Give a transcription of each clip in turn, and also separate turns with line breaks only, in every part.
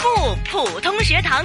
普通学堂。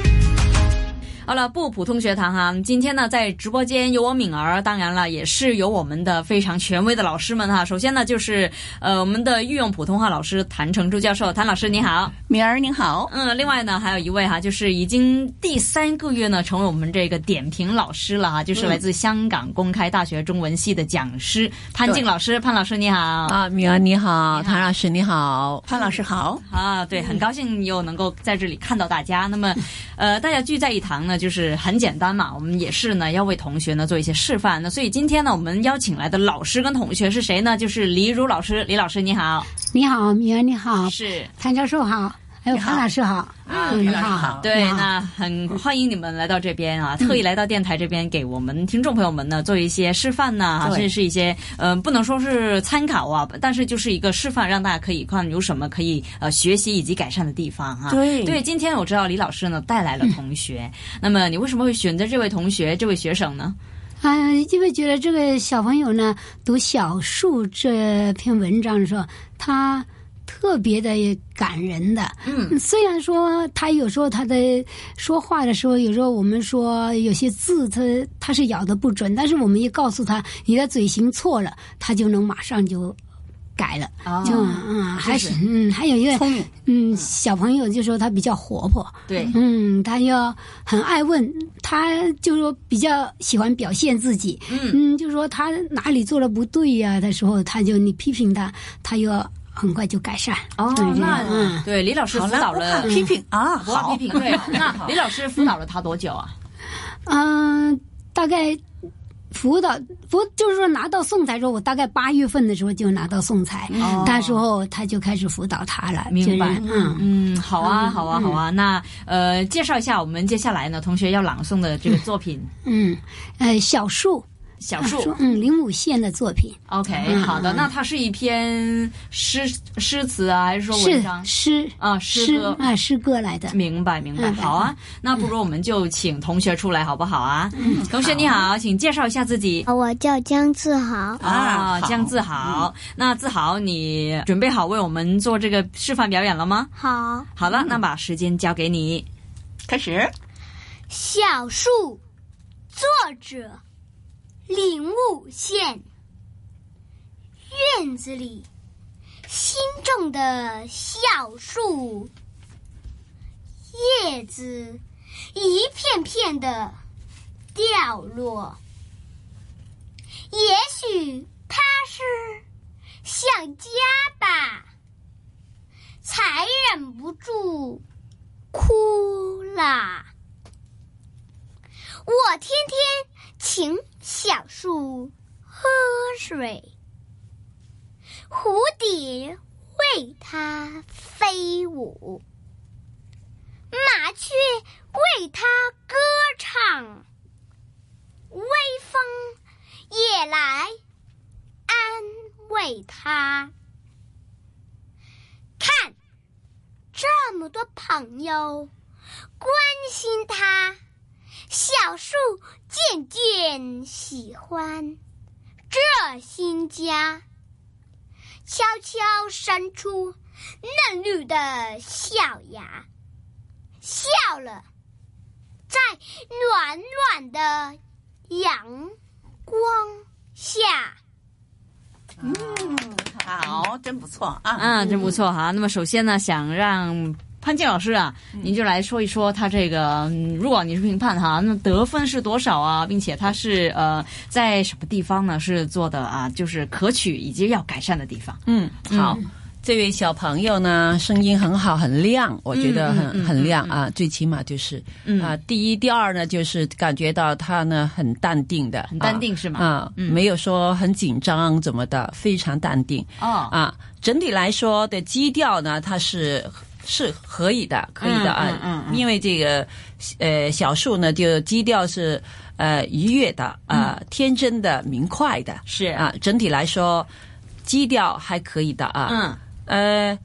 好了，不普通学堂哈、今天呢在直播间有我敏儿，当然了也是有我们的非常权威的老师们哈。首先呢就是呃我们的御用普通话老师谭成珠教授，谭老师你好。
敏儿您好，
嗯，另外呢，还有一位哈，就是已经第三个月呢，成为我们这个点评老师了啊，就是来自香港公开大学中文系的讲师、潘静老师，潘老师你好啊
啊，米儿你好，
你好
谭老师你好，
潘老师好。
啊对，很高兴又能够在这里看到大家。那 么，呃，大家聚在一堂呢，就是很简单嘛，我们也是呢要为同学呢做一些示范。那所以今天呢，我们邀请来的老师跟同学是谁呢？就是黎如老师，李老师你好，
你好，米儿你好，
是。
谭教授好，还有潘老师好，
啊
嗯
潘老师好
对，
你好嗯
那很欢迎你们来到这边啊，特意来到电台这边给我们听众朋友们呢做一些示范呐、
对
甚至是一些嗯、呃不能说是参考啊，但是就是一个示范，让大家可以看有什么可以呃学习以及改善的地方啊。
对
对，今天我知道李老师呢带来了同学，那么你为什么会选择这位同学、这位学生呢？
啊，因为觉得这个小朋友呢读《小树》这篇文章的时候，他特别的感人的。
嗯，
虽然说他有时候他的说话的时候，有时候我们说有些字他他是咬的不准，但是我们一告诉他你的嘴型错了，他就能马上就改了。
啊
就嗯，还
是
是嗯，还有一个
聪明，
嗯小朋友就说他比较活泼。
对，
嗯，他要很爱问，他就说比较喜欢表现自己，
嗯
嗯，就说他哪里做的不对呀、的时候，他就你批评他，他又很快就改善。
哦
对，这
那
样嗯，
对李老师
好
辅
了，
导
不怕
了。
批评啊，
不要
好，
批评对，那 李老师辅导了他多久啊？
嗯、大概辅导不就是说拿到送材之后，我大概八月份的时候就拿到送材，
哦
那时候他就开始辅导他了，
明白
就是、嗯。
嗯，好啊，
嗯
好啊，好啊。那呃，介绍一下我们接下来呢，同学要朗诵的这个作品
嗯，呃，小树，
《小树》。
嗯，林武宪的作品
OK，好的。那它是一篇诗诗词啊，还是说文
是
章
诗
啊？诗
诗
歌。
啊，诗歌来的。
明白，明白。
嗯
好啊，那不如我们就请同学出来，好不好啊？同学你好，请介绍一下自己。
我叫江志豪，
啊，
啊好
江自豪。那自豪，你准备好为我们做这个示范表演了吗？
好，
好了，那把时间交给你。
开始。
小树，作者领悟县。院子里新种的小树，叶子一片片的掉落。也许它是想家吧，才忍不住哭啦。我天天请小树喝水，蝴蝶为它飞舞，麻雀为它歌唱，微风也来安慰它。看，这么多朋友关心它。小树渐渐喜欢这新家，悄悄伸出嫩绿的小芽，笑了，在暖暖的阳光下。
好，真不错
嗯
啊！
啊，真不错哈。那么首先呢，想让潘静老师啊，您就来说一说他这个，嗯如果你是评判哈，那得分是多少啊？并且他是呃在什么地方呢？是做的啊，就是可取以及要改善的地方。
嗯，好。这位小朋友呢，声音很好，很亮，我觉得
嗯
很、
嗯
很亮啊。最起码就是、
嗯
啊，第一、第二呢，就是感觉到他呢很淡定的，
很淡定是吗
啊，啊
嗯
没有说很紧张怎么的，非常淡定
哦，
啊。整体来说的基调呢，它是是可以的，可以的啊，
嗯嗯嗯
因为这个呃小树呢，就基调是呃愉悦的啊、
嗯
天真的、明快的，
是
啊，整体来说基调还可以的啊。
嗯
呃，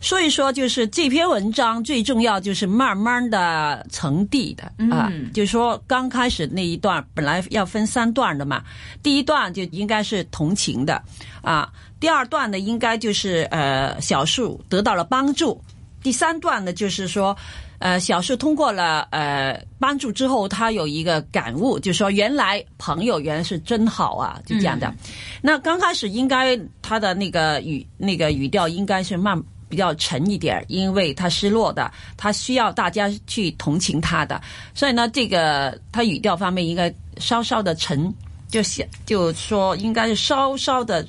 所以说就是这篇文章最重要就是慢慢的层递的啊，
嗯
就是说刚开始那一段本来要分三段的嘛，第一段就应该是同情的啊，第二段呢应该就是呃小树得到了帮助。第三段呢，就是说，呃，小树通过了呃帮助之后，他有一个感悟，就说原来朋友原来是真好啊，就这样的。那刚开始应该他的那个语那个语调应该是慢。比较沉一点，因为他失落的，他需要大家去同情他的，所以呢，这个他语调方面应该稍稍的沉，就写就说应该是稍稍的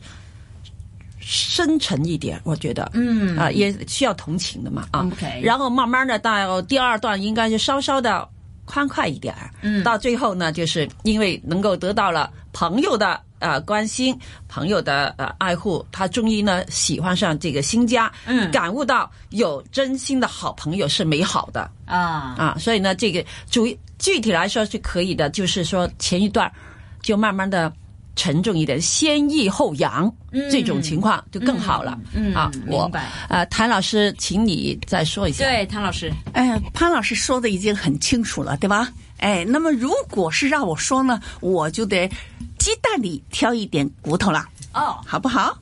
深沉一点，我觉得，嗯啊、也需要同情的嘛啊。
嗯 OK
然后慢慢的到第二段应该是稍稍的欢快一点儿，嗯，到最后呢，就是因为能够得到了朋友的呃关心，朋友的呃爱护，他终于呢喜欢上这个新家，
嗯
感悟到有真心的好朋友是美好的
啊，
啊，所以呢，这个主具体来说是可以的，就是说前一段儿就慢慢的。沉重一点，先抑后扬，这种情况就更好了。
嗯
啊，我
明白
呃，谭老师，请你再说一下。
对，谭老师，
哎呀，潘老师说的已经很清楚了，对吧？哎，那么如果是让我说呢，我就得鸡蛋里挑一点骨头了，
哦，
好不好？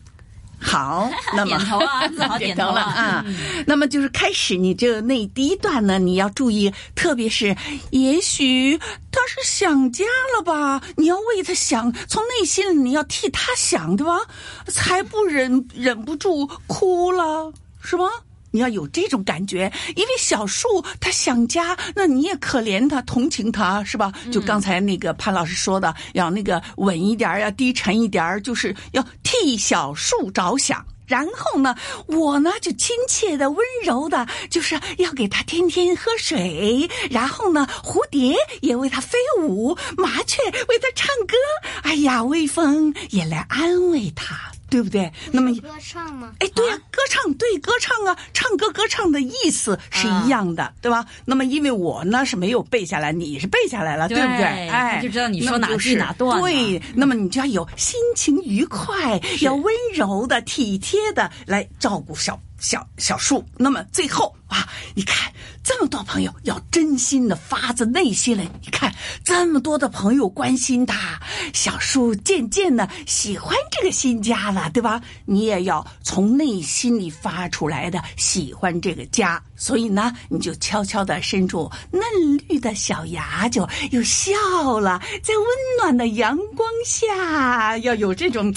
好，那 么
点头 啊，子豪点
点
头
头了
啊，
啊。那么就是开始你这那第一段呢，你要注意，特别是呃也许他是想家了吧，你要为他想，从内心里你要替他想，对吧？才不忍忍不住哭了，是吗？你要有这种感觉，因为小树他想家，那你也可怜他，同情他，是吧？
嗯
就刚才那个潘老师说的，要那个稳一点儿，要低沉一点儿，就是要替小树着想。然后呢，我呢就亲切的、温柔的，就是要给它天天喝水。然后呢，蝴蝶也为它飞舞，麻雀为它唱歌。哎呀，微风也来安慰它，对不对？那么
歌唱吗？
哎，
啊
对呀、歌唱对歌唱啊，唱歌歌唱的意思是一样的，对吧？那么因为我呢是没有背下来，你是背下来了，
对
对不对？
他
哎，
就知道你
那
说
么
哪
就是
句哪段了嗯
对，那么你就要有心情愉快，要温柔的、体贴的来照顾小小小树。那么最后啊，你看这么多朋友，要真心的发自内心来，你看这么多的朋友关心他，小树渐渐的喜欢这个新家了，啊对吧？你也要从内心里发出来的喜欢这个家，所以呢，你就悄悄的伸出嫩绿的小芽，就又笑了，在温暖的阳光下，要有这种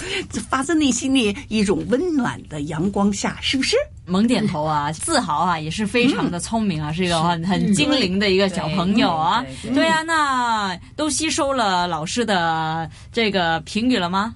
发自内心的一种温暖的阳光下，是不是？
猛点头啊，自豪啊，也是非常的聪明啊，是一个很很精灵的一个小朋友啊
对对。对
对啊，那都吸收了老师的这个评语了吗？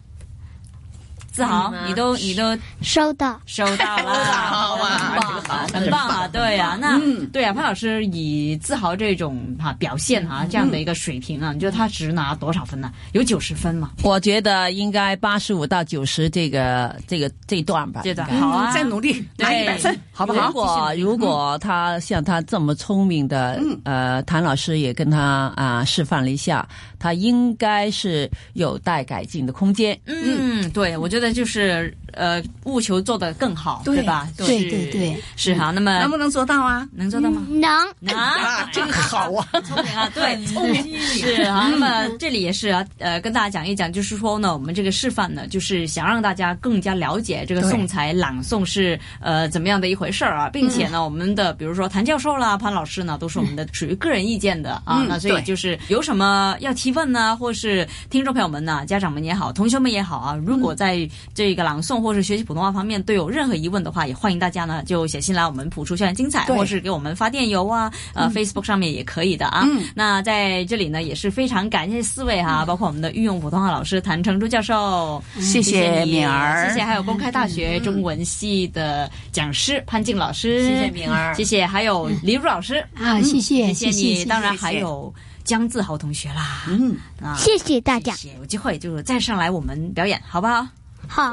自豪，你都你都
收到。
嗯收到了，
好啊
很棒啊，很棒啊，对啊，那对啊，潘老师以自豪这种哈表现啊，这样的一个水平啊，你觉得他只拿多少分呢？有九十分吗？
我觉得应该八十五到九十这个这个这段吧，
这段
应该
好啊，
嗯再努力拿
对
一百分，好不
如
好？
果如果他像他这么聪明的，呃，谭老师也跟他啊、示范了一下，他应该是有待改进的空间。
嗯，对，我觉得就是呃，务求做得更好，
对
吧？
对
是
对对，
是哈。那么
能不能做到啊？
能做到吗？
能
能
啊，真好啊！
聪明啊， 对，聪明 是啊。那么这里也是啊，呃，跟大家讲一讲，就是说呢，我们这个示范呢，就是想让大家更加了解这个
对
宋才朗诵是呃怎么样的一回事儿啊，并且
嗯
呢，我们的比如说谭教授啦、潘老师呢，都是我们的属于个人意见的啊。
嗯
那所以
对
就是有什么要提问呢，或是听众朋友们呢、家长们也好、同学们也好啊，如果在这个朗诵或是学习普通话方面都有任何疑问的话，也欢迎大家呢就写信来我们普出校园精彩，
对
或是给我们发电邮啊，呃、Facebook 上面也可以的啊。那在这里呢，也是非常感谢四位哈、包括我们的御用普通话老师谭成珠教授，
谢
谢你
敏儿，
谢谢还有公开大学中文系的讲师潘静老师，
谢谢敏儿
谢谢还有李茹老师，
啊，谢谢，
谢
谢
你，
谢
当然
谢谢
还有江自豪同学啦，
嗯。
啊，
谢谢大
谢
家。
谢，有机会就再上来我们表演，好不好？
好，